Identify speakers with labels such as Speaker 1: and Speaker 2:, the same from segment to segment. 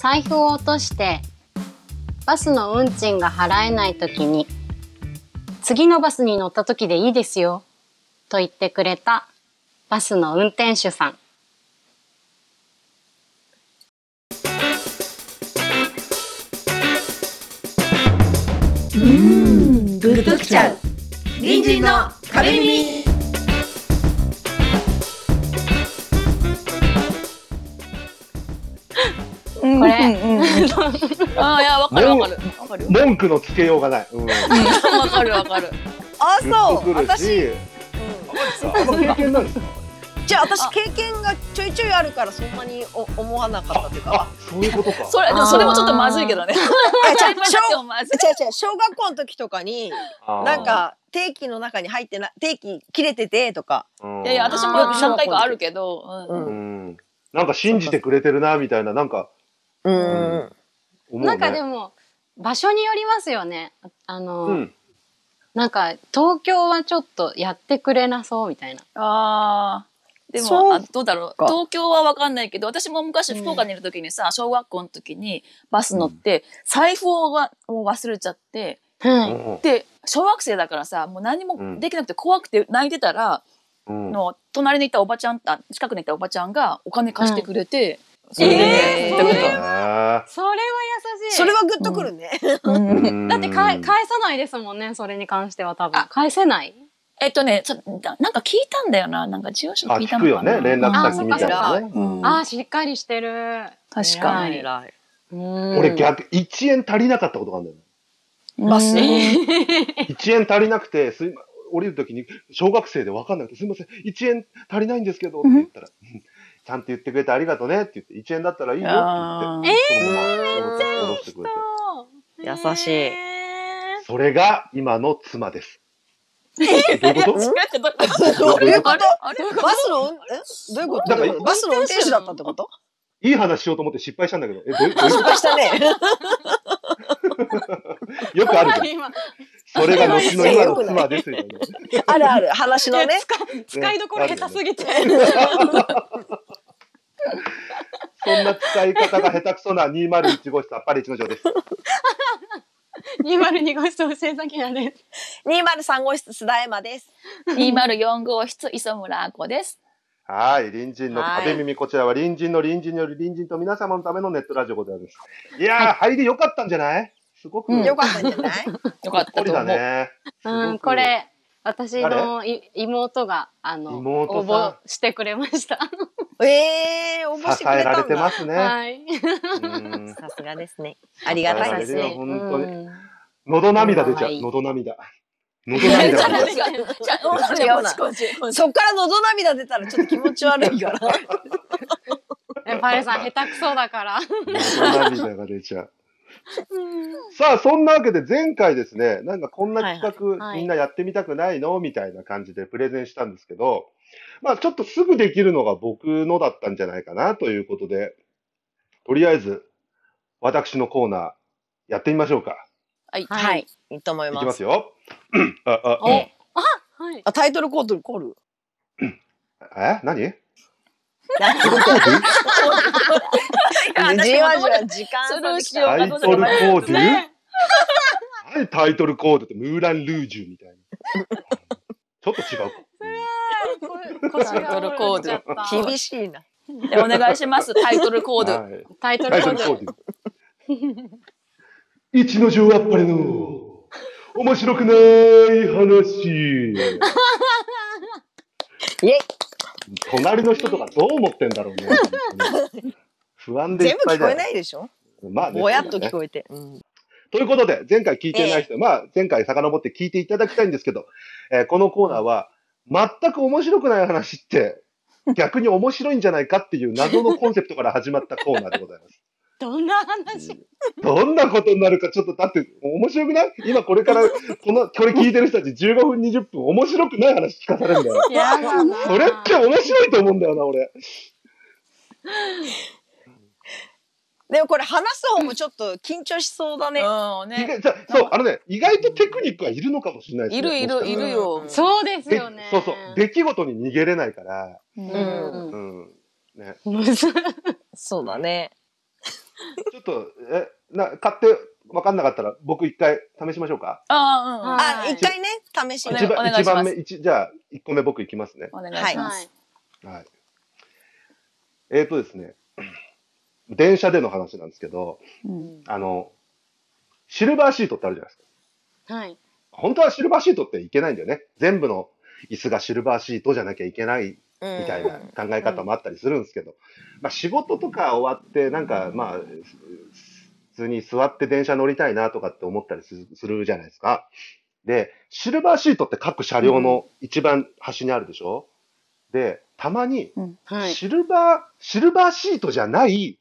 Speaker 1: 財布を落としてバスの運賃が払えない時に次のバスに乗った時でいいですよと言ってくれたバスの運転手さん
Speaker 2: グッときちゃう隣人の壁耳
Speaker 3: うん
Speaker 1: これ
Speaker 3: うんうんああいやわかるわかるわかるよ
Speaker 4: 文句のつけようがない。うん。グ
Speaker 3: わかるわかる
Speaker 2: あ
Speaker 4: ッと
Speaker 2: そう
Speaker 4: くる
Speaker 2: 私
Speaker 4: し。あの経験なんですか。
Speaker 2: じゃあ私経験がちょいちょいあるからそんなにお 思わなかったというか
Speaker 4: あ、そういうことか。
Speaker 3: それでもそれもちょっとまずいけどね
Speaker 2: あじゃ
Speaker 3: ち
Speaker 2: あ
Speaker 3: ょっ
Speaker 2: 小
Speaker 3: とまずい
Speaker 2: 違う違う小学校の時とかに
Speaker 4: あー
Speaker 2: なん。か定期の中に入ってな定期切れててとか
Speaker 4: うん
Speaker 3: いやいや私も
Speaker 1: あー
Speaker 3: 何回かあるけど、うん
Speaker 2: う
Speaker 4: うん。なんか信じてくれてるなみたいななんか
Speaker 2: うん
Speaker 4: 思うね。
Speaker 1: なんかでも場所によりますよねあの、
Speaker 4: うん。
Speaker 1: なんか東京はちょっとやってくれなそうみたいな
Speaker 3: あーで
Speaker 2: そう
Speaker 3: もあどうだろう
Speaker 2: か
Speaker 3: 東京は分かんないけど私も昔福岡にいる時にさ、小学校の時にバス乗って財布をわを忘れちゃって
Speaker 1: はい、
Speaker 4: う
Speaker 3: で小学生だからさもう何もできなくて怖くて泣いてたら、
Speaker 4: ん。
Speaker 3: の隣にいたおばちゃんあ近くにいたおばちゃんがお金貸してくれて、
Speaker 1: うん
Speaker 3: それ
Speaker 2: え
Speaker 3: で行
Speaker 2: ー
Speaker 3: ったことある
Speaker 4: へ
Speaker 1: それは優しい
Speaker 2: それはグッとくるね、
Speaker 4: ーうん
Speaker 1: だってかえ返さないですもんねそれに関しては多分
Speaker 3: あ
Speaker 1: 返せない
Speaker 3: えっとねちょななんか聞いたんだよななんか住所
Speaker 4: あ
Speaker 3: 聞いた
Speaker 4: 聞く
Speaker 3: の
Speaker 4: よ
Speaker 3: かな
Speaker 4: ね連絡先みたいな
Speaker 2: あそ
Speaker 4: ね。
Speaker 3: うん
Speaker 1: あーしっかりしてる
Speaker 3: 確
Speaker 1: は
Speaker 3: か
Speaker 1: い
Speaker 2: 偉い
Speaker 1: うん
Speaker 4: 俺逆1円足りなかったことがあるんだよね。
Speaker 2: バス
Speaker 3: うん
Speaker 4: 1円足りなくて、すいま、降りるときに、小学生で分かんなくて、すいません、1円足りないんですけど、って言ったら、うんちゃんと言ってくれてありがとうねって言って、1円だったらいいよ
Speaker 3: あ
Speaker 4: っ
Speaker 3: ー
Speaker 4: て言って、そのまま下ろしてくれて。
Speaker 2: 優しい
Speaker 1: え
Speaker 4: それが今の妻です。どういうこと
Speaker 3: 違うけど
Speaker 2: どういうこ
Speaker 3: あ
Speaker 2: と
Speaker 3: れあれ
Speaker 2: バスの運えどういうこと
Speaker 4: だから
Speaker 2: バスの運転手だったってこと
Speaker 4: いい話しようと思って失敗したんだけど、え、どういうどういう
Speaker 2: 失敗した ね
Speaker 4: よくあるじゃん。
Speaker 1: ー今
Speaker 4: それが後の今の妻ですよね。
Speaker 2: あるある話のね
Speaker 1: 使いどころ下手すぎ て
Speaker 4: そんな使い方が下手くそな201号室あっぱれ一の城です。
Speaker 1: 202号室教えさきやで
Speaker 2: 203号室須田山です
Speaker 3: 204号室磯村あこです。
Speaker 4: はい、隣人の壁耳、こちらは隣人の隣人により隣人と皆様のためのネットラジオでございます。いやー、入り良かったんじゃないすごく。
Speaker 3: うん
Speaker 2: よかったんじゃない
Speaker 3: よかっ
Speaker 4: こ
Speaker 3: た
Speaker 4: れ
Speaker 3: と思
Speaker 4: だ
Speaker 3: う。
Speaker 4: ね。
Speaker 1: うんこれ私のい妹があの
Speaker 4: 妹
Speaker 1: 応
Speaker 4: さん
Speaker 1: 募してくれました
Speaker 2: ええー、応
Speaker 4: す
Speaker 2: 募
Speaker 4: ご
Speaker 2: して
Speaker 4: く支
Speaker 2: く
Speaker 4: え
Speaker 2: れ
Speaker 4: ら
Speaker 2: た
Speaker 4: れ
Speaker 2: ん
Speaker 4: てま
Speaker 2: だ。
Speaker 4: すね。
Speaker 1: はい
Speaker 4: うん
Speaker 2: さすがですね。ありがたいです
Speaker 4: 支えられるよ
Speaker 2: ね。
Speaker 4: 本当に。
Speaker 1: うん
Speaker 4: 喉涙出ちゃ
Speaker 1: う
Speaker 4: う。
Speaker 1: ん
Speaker 4: 喉涙。喉 涙
Speaker 3: 違
Speaker 4: が
Speaker 3: う
Speaker 4: 出ちゃ
Speaker 3: 違う違うこっちこっちこっち
Speaker 2: そっから喉涙出たらちょっと気持ち悪いから。
Speaker 1: えパレさん下手くそだから
Speaker 4: う。喉涙が出ちゃう。さあ、そんなわけで前回ですね、なんかこんな企
Speaker 1: はいは
Speaker 4: 画
Speaker 1: い
Speaker 4: みんなやってみたくないのみたいな感じでプレゼンしたんですけど、まあちょっとすぐできるのが僕のだったんじゃないかなということで、とりあえず私のコーナーやってみましょうか。
Speaker 3: はい。
Speaker 2: は。い。いいと思い
Speaker 4: い
Speaker 2: ま
Speaker 4: き
Speaker 2: す。
Speaker 4: ますよ。あ、あ、
Speaker 1: お
Speaker 4: え
Speaker 1: はい
Speaker 2: あタイトルコールコール。
Speaker 4: 何じ
Speaker 2: じわじわ時間
Speaker 3: スル
Speaker 2: 差で
Speaker 3: ー
Speaker 2: き
Speaker 3: したようか
Speaker 4: タイ
Speaker 3: どう
Speaker 4: トルコ
Speaker 3: か。
Speaker 4: ーデュ
Speaker 1: ね
Speaker 4: 何タイトルコーデってムーラン・ルージュみたいな。ちょっと違うか。
Speaker 3: タイトルコード
Speaker 2: 厳しいな。
Speaker 3: お願いします。タイトルコード。
Speaker 4: はい
Speaker 1: タイト
Speaker 4: タ
Speaker 1: ル
Speaker 4: イ
Speaker 1: コ
Speaker 4: ト
Speaker 1: ー
Speaker 4: ルコ
Speaker 1: ド
Speaker 4: ーデ一の城あっぱれの面白くない 話。
Speaker 2: イェイ
Speaker 4: 隣の人とかどう思ってんだろうね。本当に不安でい
Speaker 2: 全
Speaker 4: っ
Speaker 2: 部
Speaker 4: ぱい
Speaker 2: 聞こ
Speaker 4: だ
Speaker 2: え
Speaker 4: よ。
Speaker 2: ないでしょ
Speaker 4: まあね
Speaker 2: ぼやっと聞
Speaker 4: ね
Speaker 2: こえて。うん
Speaker 4: ということで、前回聞いてない人、まあ、前回遡って聞いていただきたいんですけど、えーこのコーナーは、全く面白くない話って、逆に面白いんじゃないかっていう謎のコンセプトから始まったコーナーでございます。
Speaker 1: どんな話
Speaker 4: どんなことになるか、ちょっと、だって、面白くない今これから、この、これ聞いてる人たち15分、20分、面白くない話聞かされるんだよ。
Speaker 1: やだな
Speaker 4: それって面白いと思うんだよな、俺。
Speaker 2: でもこれ話す方もちょっと緊張しそうだね。
Speaker 3: うん
Speaker 4: 意
Speaker 3: ね。
Speaker 4: 外じゃあそう、あのね、意外とテクニックはいるのかもしれないです
Speaker 3: い
Speaker 4: ね
Speaker 3: るい
Speaker 4: もしか
Speaker 3: る
Speaker 4: し
Speaker 3: い
Speaker 4: たら
Speaker 3: るよ。
Speaker 1: そうです
Speaker 4: で
Speaker 1: よね
Speaker 4: そうそう。出来事に逃げれないから、
Speaker 3: う。
Speaker 2: うん
Speaker 4: うん。ね。
Speaker 1: むず
Speaker 2: そうだね。
Speaker 4: ちょっと、え、な、買って分かんなかったら、僕一回試しましょうか。
Speaker 3: あ
Speaker 2: あ、一回ね、試し
Speaker 3: お願い
Speaker 2: に
Speaker 4: 一
Speaker 3: お願
Speaker 4: 番、
Speaker 3: いします
Speaker 4: 一番目、一、じゃあ、一個目僕いきますね。
Speaker 3: あ、うん。お願いしま
Speaker 1: は
Speaker 3: す
Speaker 1: い。。
Speaker 4: はい。えーとですね、電車での話なんですけど、
Speaker 3: うん
Speaker 4: あの、シルバーシートってあるじゃないですか。
Speaker 1: はい。
Speaker 4: 本当はシルバーシートっていけないんだよね。全部の椅子がシルバーシートじゃなきゃいけないみたいな考え方もあったりするんですけど、まあ、仕事とか終わって、なんかまあ、す普通に座って電車乗りたいなとかって思ったりするするじゃないですか。で、シルバーシートって各車両の一番端にあるでしょ、で、たまに
Speaker 1: はい。
Speaker 4: シルバー、シルバーシートじゃない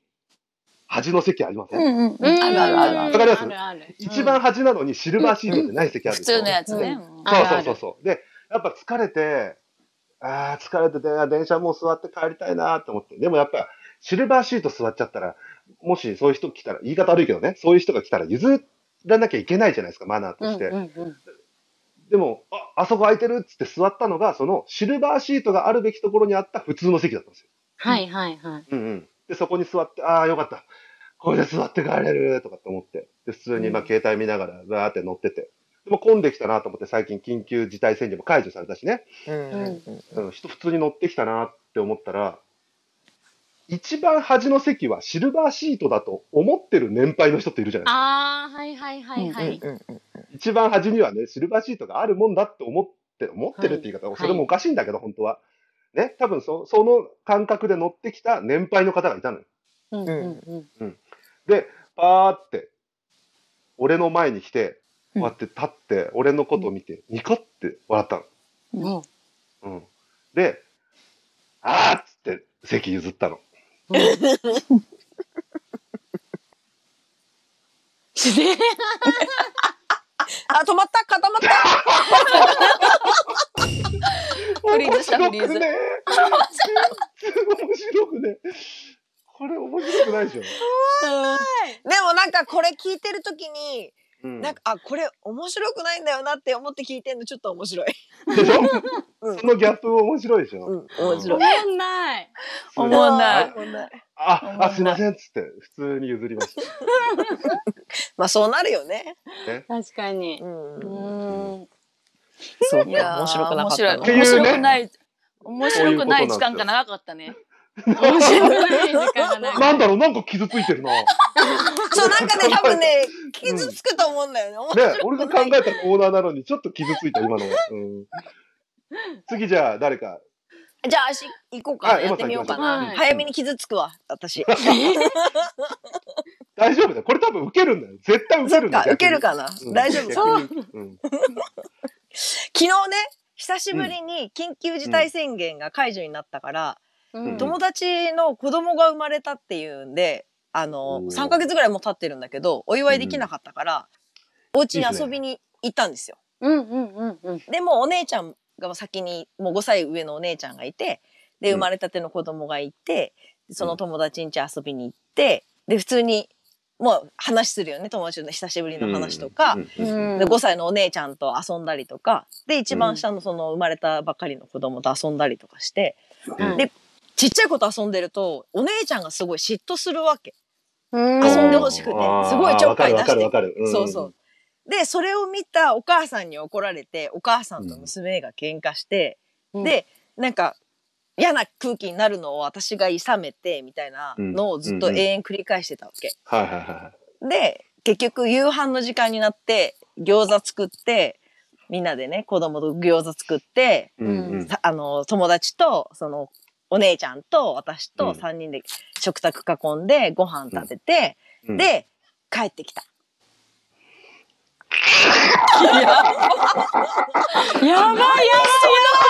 Speaker 4: 端の席ありません、
Speaker 3: うんうんうん。あるあるあるあ
Speaker 4: わ
Speaker 3: る。
Speaker 4: かります
Speaker 1: あるある。
Speaker 4: 一番端なのにシルバーシートじゃない席ある
Speaker 3: 普
Speaker 4: でしょ、
Speaker 3: 通のやつね。
Speaker 1: あ
Speaker 4: そう
Speaker 1: るあ
Speaker 4: そう
Speaker 1: る
Speaker 4: そうそう。で、やっぱ疲れて、ああ、疲れてて、電車もう座って帰りたいなと思って。でもやっぱ、シルバーシート座っちゃったら、もしそういう人来たら、言い方悪いけどね、そういう人が来たら譲らなきゃいけないじゃないですか、マナーと
Speaker 1: うん。
Speaker 4: し
Speaker 1: うん
Speaker 4: て。
Speaker 1: うん
Speaker 4: でも、あ、あそこ空いてるっつって座ったのが、そのシルバーシートがあるべきところにあった普通の席だったんですよ。
Speaker 1: はいはいはい。
Speaker 4: うんうん。で、そこに座って、ああ、よかった。これで座って帰れるとかって思って。で、普通に、まあ、携帯見ながら、わーって乗ってて。でも混んできたなと思って、最近緊急事態宣言も解除されたしね。うん、人普通に乗ってきたなって思ったら、一番端の席はシルバーシートだと思ってる年配の人っているじゃない
Speaker 1: ああ、はいはいはいはい。
Speaker 4: ですか。一番端にはね、シルバーシートがあるもんだって思って、思ってるって言い方、
Speaker 1: はい
Speaker 4: それもおかしいんだけど、本当は。ね、多分そその感覚で乗ってきた年配の方がいたのよ。
Speaker 1: うんうんうん。
Speaker 4: で、パーって、俺の前に来て、
Speaker 3: う
Speaker 4: こ
Speaker 3: ん
Speaker 4: うやって立って、俺のことを見て、ニコって笑ったの。
Speaker 1: も
Speaker 4: うん。で、あーっつって席譲ったの。
Speaker 1: う。ね
Speaker 2: あ、止まった固まった
Speaker 3: フリーズした
Speaker 4: 面白
Speaker 3: フリーズ
Speaker 4: くね面白くねこれ面白くないでしょ、
Speaker 2: でもなんかこれ聞いてるときに、
Speaker 4: うん
Speaker 2: なんか、あ、これ面白くないんだよなって思って聞いてんのちょっと面白い。
Speaker 4: でしょ、
Speaker 2: うん
Speaker 4: そのギャップ面白いでしょ、
Speaker 2: うん、面
Speaker 1: え
Speaker 2: 白い。
Speaker 1: 思んない。
Speaker 3: 思わな
Speaker 4: あ
Speaker 3: い。
Speaker 4: ああすいませんっつって普通に譲りまし
Speaker 2: まあそうなるよね。
Speaker 1: 確かに。
Speaker 2: うん
Speaker 1: う。ーん。
Speaker 2: そう
Speaker 3: いやー
Speaker 2: 面白くなかったな。
Speaker 3: 面
Speaker 4: て
Speaker 3: 白い
Speaker 4: い
Speaker 3: 面白く
Speaker 4: うね
Speaker 3: ない。面白くない時間が長かったね。
Speaker 1: 面白くない時間がな
Speaker 4: た
Speaker 1: い。
Speaker 4: なんだろうなんか傷ついてるなね
Speaker 2: そう、なんかね、多分ね、傷つくと思うんだよ ね。面白く
Speaker 4: 俺が考えたコーナーなのにちょっと傷ついた今のは、うん、次じゃあ誰か
Speaker 2: じゃあ足行こうかな。
Speaker 4: あ
Speaker 2: やってみようか
Speaker 1: 山さん行きましょ
Speaker 2: な。
Speaker 1: う
Speaker 2: 早めに傷つくわ、私。
Speaker 4: 大丈夫だよこれ多分受けるんだよ絶対受けるんだよ
Speaker 2: そっか
Speaker 4: 逆に
Speaker 2: 受けるかな
Speaker 4: うん
Speaker 2: 大丈夫
Speaker 4: 逆にうん
Speaker 2: 昨日ね、久しぶりに緊急事態宣言が解除になったから、
Speaker 1: うん
Speaker 2: 友達の子供が生まれたっていうんで、あの、
Speaker 4: おー
Speaker 2: 3ヶ月ぐらいもう経ってるんだけど、お祝いできなかったから、お家に遊びに行ったんですよ。
Speaker 1: うんうんうんうん。
Speaker 2: でもうお姉ちゃんが先に、もう5歳上のお姉ちゃんがいて、で、
Speaker 4: うん
Speaker 2: 生まれたての子供がいて、その友達ん家遊びに行って、で、普通に、もう話するよね、友達の久しぶりの話とか、
Speaker 4: うんうん
Speaker 1: うん
Speaker 2: で5歳のお姉ちゃんと遊んだりとかで一番下のその生まれたばかりの子供と遊んだりとかして
Speaker 1: うん
Speaker 2: でちっちゃい子と遊んでるとお姉ちゃんがすごい嫉妬するわけ、
Speaker 1: うん
Speaker 2: 遊んでほしくてすごいちょっかい出して
Speaker 4: あーわかるわかるわかるん
Speaker 2: そうそうでそれを見たお母さんに怒られてお母さんと娘が喧嘩して、
Speaker 1: うん
Speaker 2: でなんか嫌な空気になるのを私がいさめてみたいなのをずっと永遠繰り返してたわけ、
Speaker 4: はいはいは
Speaker 2: で結局夕飯の時間になって餃子作ってみんなでね子供と餃子作って
Speaker 4: い。うんうん
Speaker 2: さあの友達とそのお姉ちゃんと私
Speaker 4: う
Speaker 2: と
Speaker 4: ん
Speaker 2: 3人で食卓囲んでご飯食べて、
Speaker 4: うん、
Speaker 2: で帰ってきた。
Speaker 1: やばいやばい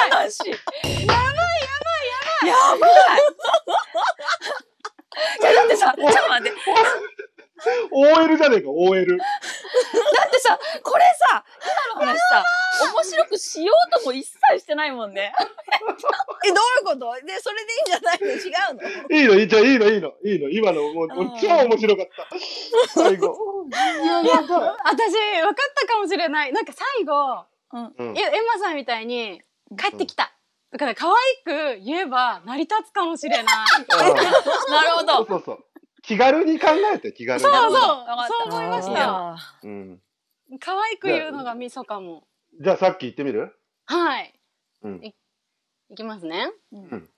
Speaker 3: 話。
Speaker 2: や
Speaker 3: いやだってさ、ちょっと待って。
Speaker 4: OL じゃねえか、OL。
Speaker 3: だってさ、これさ、今の話さ、面白くしようとも一切してないもんね。
Speaker 2: えどういうことでそれでいいんじゃないの違うの
Speaker 4: いいの、いいじゃあいいの、いいの、いいの、今の、もう、
Speaker 3: うん
Speaker 4: 超面白かった。最後。
Speaker 1: いや私分かったかもしれないなんか最後
Speaker 3: うん。
Speaker 4: うん
Speaker 1: えエマさんみたいに帰ってきただから可愛く言えば成り立つかもしれない
Speaker 4: うん
Speaker 3: なるほど。
Speaker 4: そうそうそう。気軽に考えて、気軽に。
Speaker 1: そうそう、
Speaker 3: わかった
Speaker 1: そう思いまし
Speaker 3: いい
Speaker 1: た。
Speaker 3: よ
Speaker 2: あー
Speaker 4: うん。
Speaker 1: 可愛く言うのがミソかも。
Speaker 4: じゃあさっき言ってみる
Speaker 1: はい。
Speaker 4: うん
Speaker 1: いいきますね。
Speaker 3: うん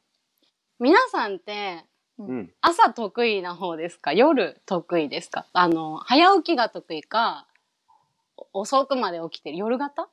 Speaker 1: 皆さんって
Speaker 4: うん。
Speaker 1: 朝得意な方ですか夜得意ですかあの、早起きが得意か、お遅くまで起きてる夜型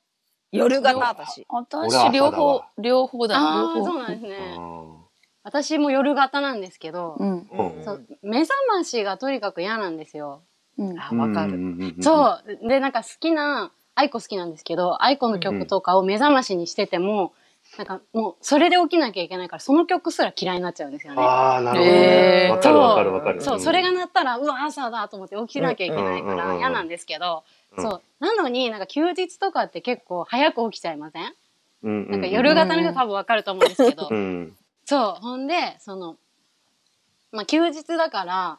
Speaker 2: 夜型私。
Speaker 4: 俺は
Speaker 3: 私
Speaker 4: 朝だ
Speaker 3: 両
Speaker 4: わ
Speaker 3: 方両方だ
Speaker 1: ああ
Speaker 3: 両
Speaker 1: ー、
Speaker 3: 方
Speaker 1: そうなんです
Speaker 4: う
Speaker 1: ね。
Speaker 4: ん
Speaker 1: 私も夜型なんですけど、
Speaker 3: うん
Speaker 4: うん
Speaker 2: うん
Speaker 1: そう目覚ましがとにかく嫌なんですよ。
Speaker 3: うん
Speaker 2: あわかる。。
Speaker 1: そう。で、なんか好きな、愛子好きなんですけど、愛子の曲とかを目覚ましにしてても、なんかもうそれで起きなきゃいけないから、その曲すら嫌いになっちゃうんですよね。
Speaker 4: ああ、なるほどね。
Speaker 3: えー
Speaker 4: わかるわかるわかる。
Speaker 1: そう、
Speaker 4: ん
Speaker 1: それが、鳴ったら、うわ、朝だと思って起きなきゃいけないか
Speaker 4: うんうんうんう
Speaker 1: ら
Speaker 4: ん
Speaker 1: 嫌なんですけど、
Speaker 4: うん
Speaker 1: そう。なのになんか休日とかって結構早く起きちゃいません
Speaker 4: な
Speaker 1: なんか夜型の人多分わかると思うんですけど
Speaker 4: う、ん。
Speaker 1: そう。ほんで、その、まあ休日だから、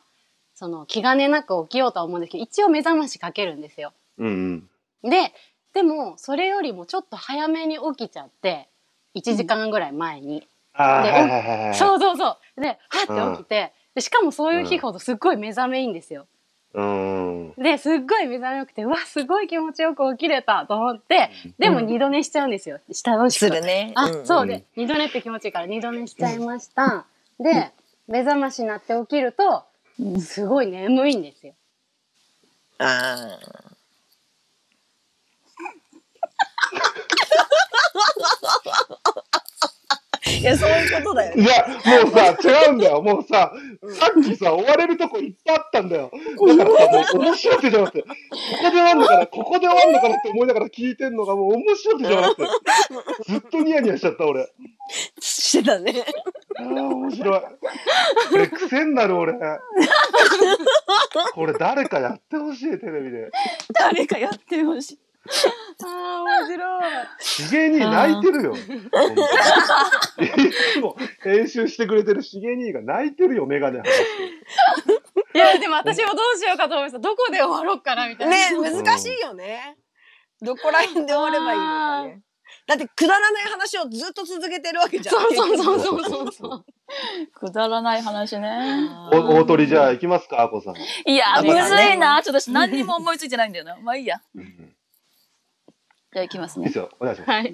Speaker 1: その気兼ねなく起きようとは思うんですけど、一応目覚ましかけるんですよ。
Speaker 4: うんうん。
Speaker 1: で、でも、それよりもちょっと早めに起きちゃって、1時間ぐらい前に。
Speaker 4: ああ、は
Speaker 1: で
Speaker 4: いはいはいはい。
Speaker 1: そうそうそう。で、はって起きて、でしかもそういう日ほどすっごい目覚めいいんですよ。
Speaker 4: うん。
Speaker 1: で、すっごい目覚めよくて、うわ、すごい気持ちよく起きれたと思って、でも二度寝しちゃうんですよ。下の
Speaker 2: するね。
Speaker 1: あ、
Speaker 2: うん
Speaker 1: そう
Speaker 4: うん
Speaker 1: で、二度寝って気持ちいいから二度寝しちゃいました。で、目覚ましになって起きると、すごい眠いんですよ。
Speaker 2: あー いや、そういうことだよね。
Speaker 4: いや、もうさ、違うんだよ。もうさ、さっきさ、追われるとこいっぱいあったんだよ。だからさ、もう面白くじゃなくて、ここで終わんのかな、ここで終わんのかなって思いながら聞いてんのが、もう面白くじゃなくて、ずっとニヤニヤしちゃった、俺。あ
Speaker 2: してたね。
Speaker 4: あ、面白い。これ癖になる、俺。これ誰かやってほしい、テレビで。
Speaker 3: 誰かやってほしい
Speaker 1: ああ、面白い。
Speaker 4: しげに泣いてるよ。本当にいつも編集してくれてるしげにが泣いてるよ、メガネ外し
Speaker 1: い
Speaker 4: て。
Speaker 1: や、でも私もどうしようかと思いました。どこで終わろうかな、みたいな。
Speaker 2: ね、難しいよね。どこら辺で終わればいいのかね。だって、くだらない話をずっと続けてるわけじゃん。
Speaker 1: そうそうそうそうそうそう。
Speaker 3: くだらない話ね
Speaker 4: お大鳥じゃあ行きますか、あこさん。
Speaker 3: いや
Speaker 2: あ
Speaker 3: む
Speaker 2: れだね
Speaker 3: ずいなちょっと私何にも思いついてないんだよなまあいいやじゃあ行きます
Speaker 4: いい
Speaker 3: ね
Speaker 4: ですよ、お願いします。
Speaker 1: はい。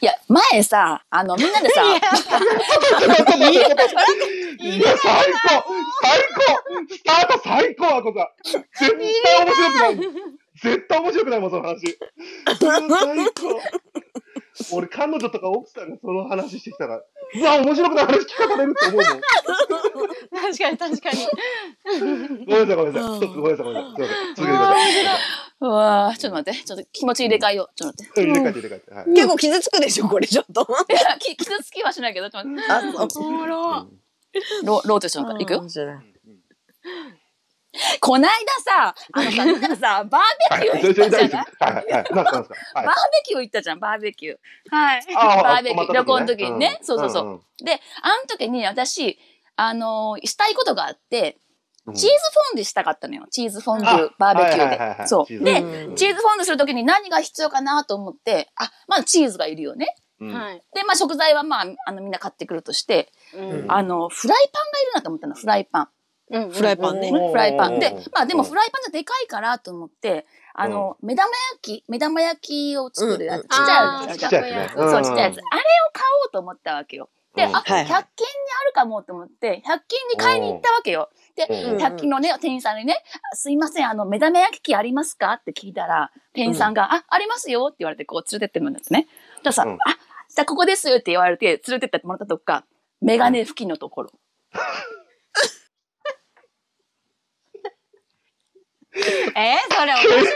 Speaker 3: いや前さあのみんなで さ
Speaker 4: いや、最高最高スタート最高、あこさん絶対面白くない絶対面白くないもん、その話。うわ最高俺、彼女とか奥さんがその話してきたら、うわ、面白くない話聞かされるって思うもん。
Speaker 1: 確かに確かに。
Speaker 4: ごめんなさい、ごめんなさい。ちょっとごめんなさい、ごめんなさい。すいません。続けてください。
Speaker 3: うわーちょっと待ってちょっと気持ち入れ替えようちょっと待って
Speaker 4: 入れ替えて、入れ替えて。はい。
Speaker 2: 結構傷つくでしょ、これちょっ と。
Speaker 3: いやき傷つきはしないけどちょっと待って
Speaker 2: あ、そう。
Speaker 1: おもろ。
Speaker 3: ロローテーションからいくよ
Speaker 2: 面白い
Speaker 3: こないださ あのさみんなでさバーベキュー行ったじゃない
Speaker 4: はいはいはい。なんすか、なんす
Speaker 3: バ
Speaker 4: か。はい
Speaker 3: ーベ。キュー行ったじゃんバーベキュー
Speaker 1: はい。
Speaker 4: あ
Speaker 3: バーベキュー旅行の時にね
Speaker 4: ん
Speaker 3: そうそうそうであの時に私あのーしたいことがあって
Speaker 4: うん
Speaker 3: チーズフォンデュしたかったのよチーズフォンデュバーベキュ
Speaker 4: はいはいは
Speaker 3: ー
Speaker 4: いは
Speaker 3: で
Speaker 4: い
Speaker 3: そう
Speaker 4: チーズ
Speaker 3: で
Speaker 4: うん
Speaker 3: チーズフォンデュするときに何が必要かなと思って、あ、まあチーズがいるよね。
Speaker 4: うんうん
Speaker 1: はい。
Speaker 3: で、まあ食材はまあ、あのみんな買ってくるとして、
Speaker 1: うん
Speaker 3: あの、フライパンがいるなと思ったの、フライパン。
Speaker 1: うん。
Speaker 2: フライパンね
Speaker 4: おー
Speaker 3: フライパン。で
Speaker 4: うん、
Speaker 3: まあでもフライパンじゃでかいからと思って、あの、目玉焼き、目玉焼きを作るやつ、
Speaker 2: うん
Speaker 3: ちっちゃいやつ
Speaker 4: ち
Speaker 3: じ
Speaker 4: っ
Speaker 3: ゃん
Speaker 4: ち。ゃいやつね。
Speaker 3: そう、ちっちゃいやつ。あれを
Speaker 4: うん
Speaker 3: 買おうと思ったわけよ。で、あ、
Speaker 4: うん
Speaker 3: 100
Speaker 2: はい
Speaker 3: 均にあるかもと思って、100均に買いに行ったわけよ。
Speaker 4: うん
Speaker 2: うん
Speaker 3: 100均のね、店員さんにね、あすいません、あの、目玉焼き器ありますかって聞いたら、店員さんが、あ、ありますよって言われて、こう、連れてってもらうんですね。じゃさ、
Speaker 4: うん
Speaker 3: あ、じゃあここですって言われて、連れてってもらったとこか、メガネ付近のとこ ろ。
Speaker 1: えー、それ面白くないで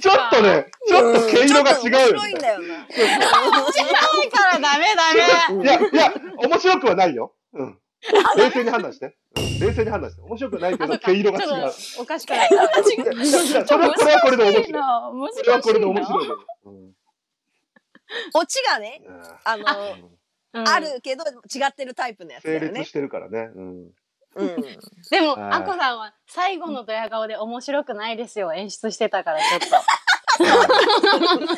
Speaker 1: す
Speaker 4: ちょ
Speaker 1: か
Speaker 4: っとね、ちょっと毛色が違うよ
Speaker 2: 面白いん
Speaker 4: ね。
Speaker 2: だよな。
Speaker 1: ないからダメダメ。
Speaker 4: いや、いや、面白くはないよ。うん。冷静に判断して。うん冷静に判断して。面白くないけど、毛色が違う。いや
Speaker 1: おかしくない。
Speaker 4: いやいやそれはこれはこれで面白い。こ
Speaker 3: な難しい
Speaker 4: れはこれで面
Speaker 3: な
Speaker 4: 白いよ。うん
Speaker 2: オチがね、
Speaker 4: うん
Speaker 2: あの、あ。るけど違ってるタイプのやつだ
Speaker 4: 整
Speaker 2: よ
Speaker 4: 列
Speaker 2: ね
Speaker 4: し。てるからね。うん
Speaker 2: うん。
Speaker 1: でも、
Speaker 4: はい
Speaker 1: あこさんは最後のドヤ顔で面白くないですよ。演出してたから、ちょっと。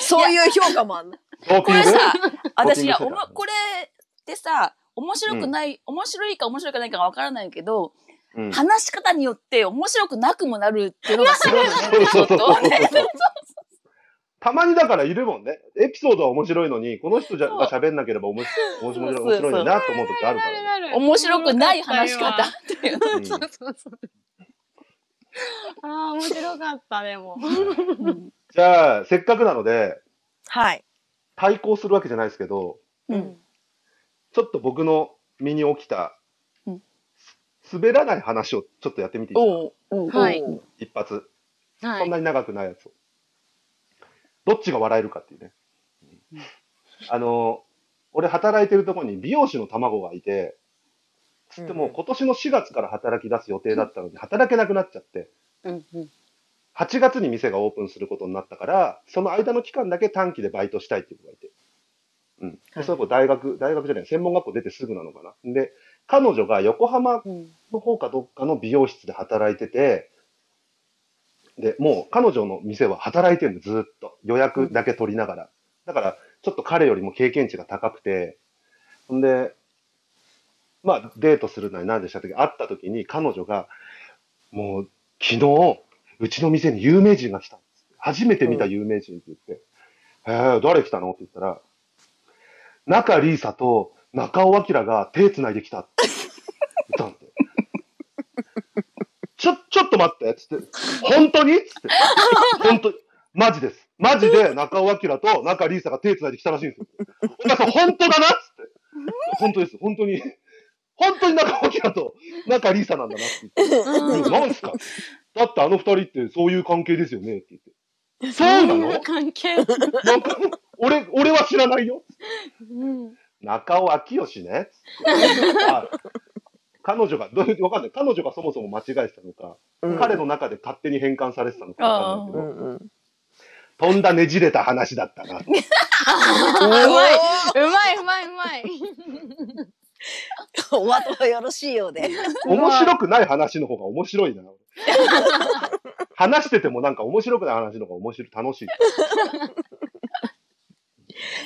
Speaker 2: そういう評価もあんの。
Speaker 4: ドー
Speaker 3: こ
Speaker 4: ピン
Speaker 3: れ
Speaker 4: グね
Speaker 3: さ、私が、
Speaker 4: コーティングしてた
Speaker 3: おもこれってさ、面白くない、面白いか面白くないかがわからないけど、
Speaker 4: うん
Speaker 3: 話し方によって面白くなくもなるっていうのがすごいよ
Speaker 4: そう
Speaker 3: ね。
Speaker 4: そうそう
Speaker 3: ちょっとね
Speaker 4: たまにだからいるもんね。エピソードは面白いのに、この人じゃが喋んなければ面白い面白い面白いなと思う時あるからね。
Speaker 1: なる
Speaker 3: 面白くない話し方っていう。
Speaker 4: うん
Speaker 1: そうそうそう。ああ、面白かった、でも。
Speaker 4: じゃあ、せっかくなので、
Speaker 2: はい。
Speaker 4: 対抗するわけじゃないですけど、
Speaker 2: うん。
Speaker 4: ちょっと僕の身に起きた、
Speaker 3: うん
Speaker 4: 滑らない話をちょっとやってみていい
Speaker 2: おうおう
Speaker 1: はい
Speaker 2: おう
Speaker 4: 一発。
Speaker 1: は
Speaker 4: そん
Speaker 1: い。
Speaker 4: なに長くないやつを。どっちが笑えるかっていうね。あの、俺働いてるとこに美容師の卵がいて、つっても今年の4月から働き出す予定だったのに働けなくなっちゃって、
Speaker 1: うんうん
Speaker 4: 8月に店がオープンすることになったから、その間の期間だけ短期でバイトしたいっていう子がいて。うん。で、その子大学、大学じゃない、専門学校出てすぐなのかな。で、彼女が横浜
Speaker 1: うん
Speaker 4: の方かどっかの美容室で働いてて、で、もう彼女の店は働いてるの、ずーっと。予約だけ取りながら。だから、ちょっと彼よりも経験値が高くて、ほんで、まあ、デートするなりなんでしたっけ会った時に彼女が、もう、昨日、うちの店に有名人が来たんです。初めて見た有名人って言って、えー、誰来たのって言ったら、中里依紗と中尾明が手繋いできたって言ったんで。ちょ、ちょっと待って、つって、本当につって、本当に、マジです。マジで中尾明と中里依紗が手繋いできたらしいんですよ。お前さん、本当だなっつって。本当です、本当に。本当に中尾明と中里依紗なんだなって言って。
Speaker 1: うん
Speaker 4: うんなんですかだってあの二人ってそういう関係ですよねって言って。そうな
Speaker 1: そんな
Speaker 4: の
Speaker 1: 関係。
Speaker 4: なんか俺、俺は知らないよ。
Speaker 1: うん
Speaker 4: 中尾明義 ね。はい彼女が、どうわかんない。彼女がそもそも間違えてたのか、
Speaker 2: うん
Speaker 4: 彼の中で勝手に変換されてたのかわかん
Speaker 2: う
Speaker 4: ない
Speaker 2: んうん。
Speaker 4: けど、とんだねじれた話だったな。
Speaker 1: うまいうまいうまいうまい。
Speaker 2: お後がよろしいようで。
Speaker 4: 面白くない話の方が面白 いな。話しててもなんか面白くない話の方が面白い、楽しい。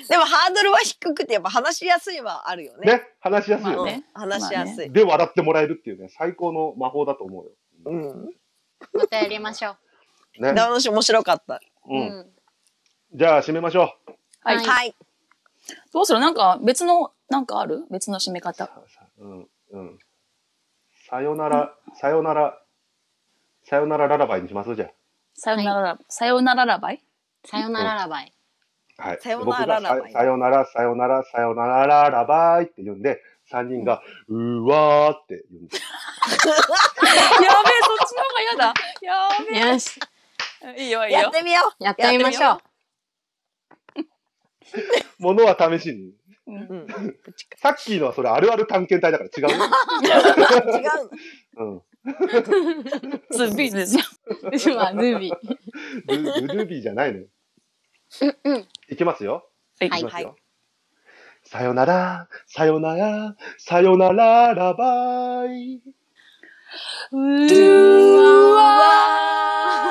Speaker 2: でもハードルは低くてやっぱ話しやすいはあるよね。
Speaker 4: ね、話しやすいよ
Speaker 3: まあ
Speaker 4: ね。
Speaker 3: ね
Speaker 2: 話しやすい。
Speaker 4: で、笑ってもらえるっていうね、最高の魔法だと思うよ。
Speaker 2: うん。
Speaker 1: またやりましょ
Speaker 4: ね。
Speaker 2: だし面白かった。
Speaker 1: う。
Speaker 4: うん。じゃあ、締めましょ
Speaker 3: はい
Speaker 1: はい
Speaker 2: はい。
Speaker 3: どうするなんか別の、なんかある別の締め
Speaker 4: う。
Speaker 3: 方。
Speaker 4: うん。うん。さよなら、さよなら、さよならララバイにしますじゃ
Speaker 3: さよなら、さよならラバイ
Speaker 1: さよならラバイ。
Speaker 4: あ。はい。
Speaker 2: さよならララバイ
Speaker 4: 僕がささよなら、さよなら、さよならララバイって言うんで、3人が、うわーって言うんです。
Speaker 3: やべえ、そっちの方が嫌だ。や
Speaker 1: よし、
Speaker 3: べえ。いいよ、いい
Speaker 2: や
Speaker 3: よ
Speaker 2: っ。てみよう。
Speaker 1: やってみましょう。
Speaker 4: ものは試しに。
Speaker 2: うん、
Speaker 4: さっきのはそれあるある探検隊だから違うよ。
Speaker 2: 違う
Speaker 4: うん。
Speaker 3: ズビーですよ。
Speaker 1: まあ、ルビー。
Speaker 4: ルルビーじゃないのよ。
Speaker 1: うんうん。
Speaker 4: いきますよ。
Speaker 3: はい
Speaker 4: きます
Speaker 2: はいはい
Speaker 4: よ。さよなら、さよなら、さよならラバイ。
Speaker 3: うーわ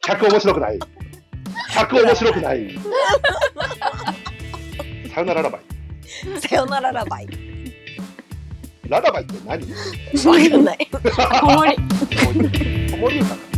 Speaker 4: 客面白くない客面白くないさよならラバイ
Speaker 2: の。さよならラバイ。
Speaker 4: ララバイって何
Speaker 2: わかんない。
Speaker 1: こもり。
Speaker 4: 子守歌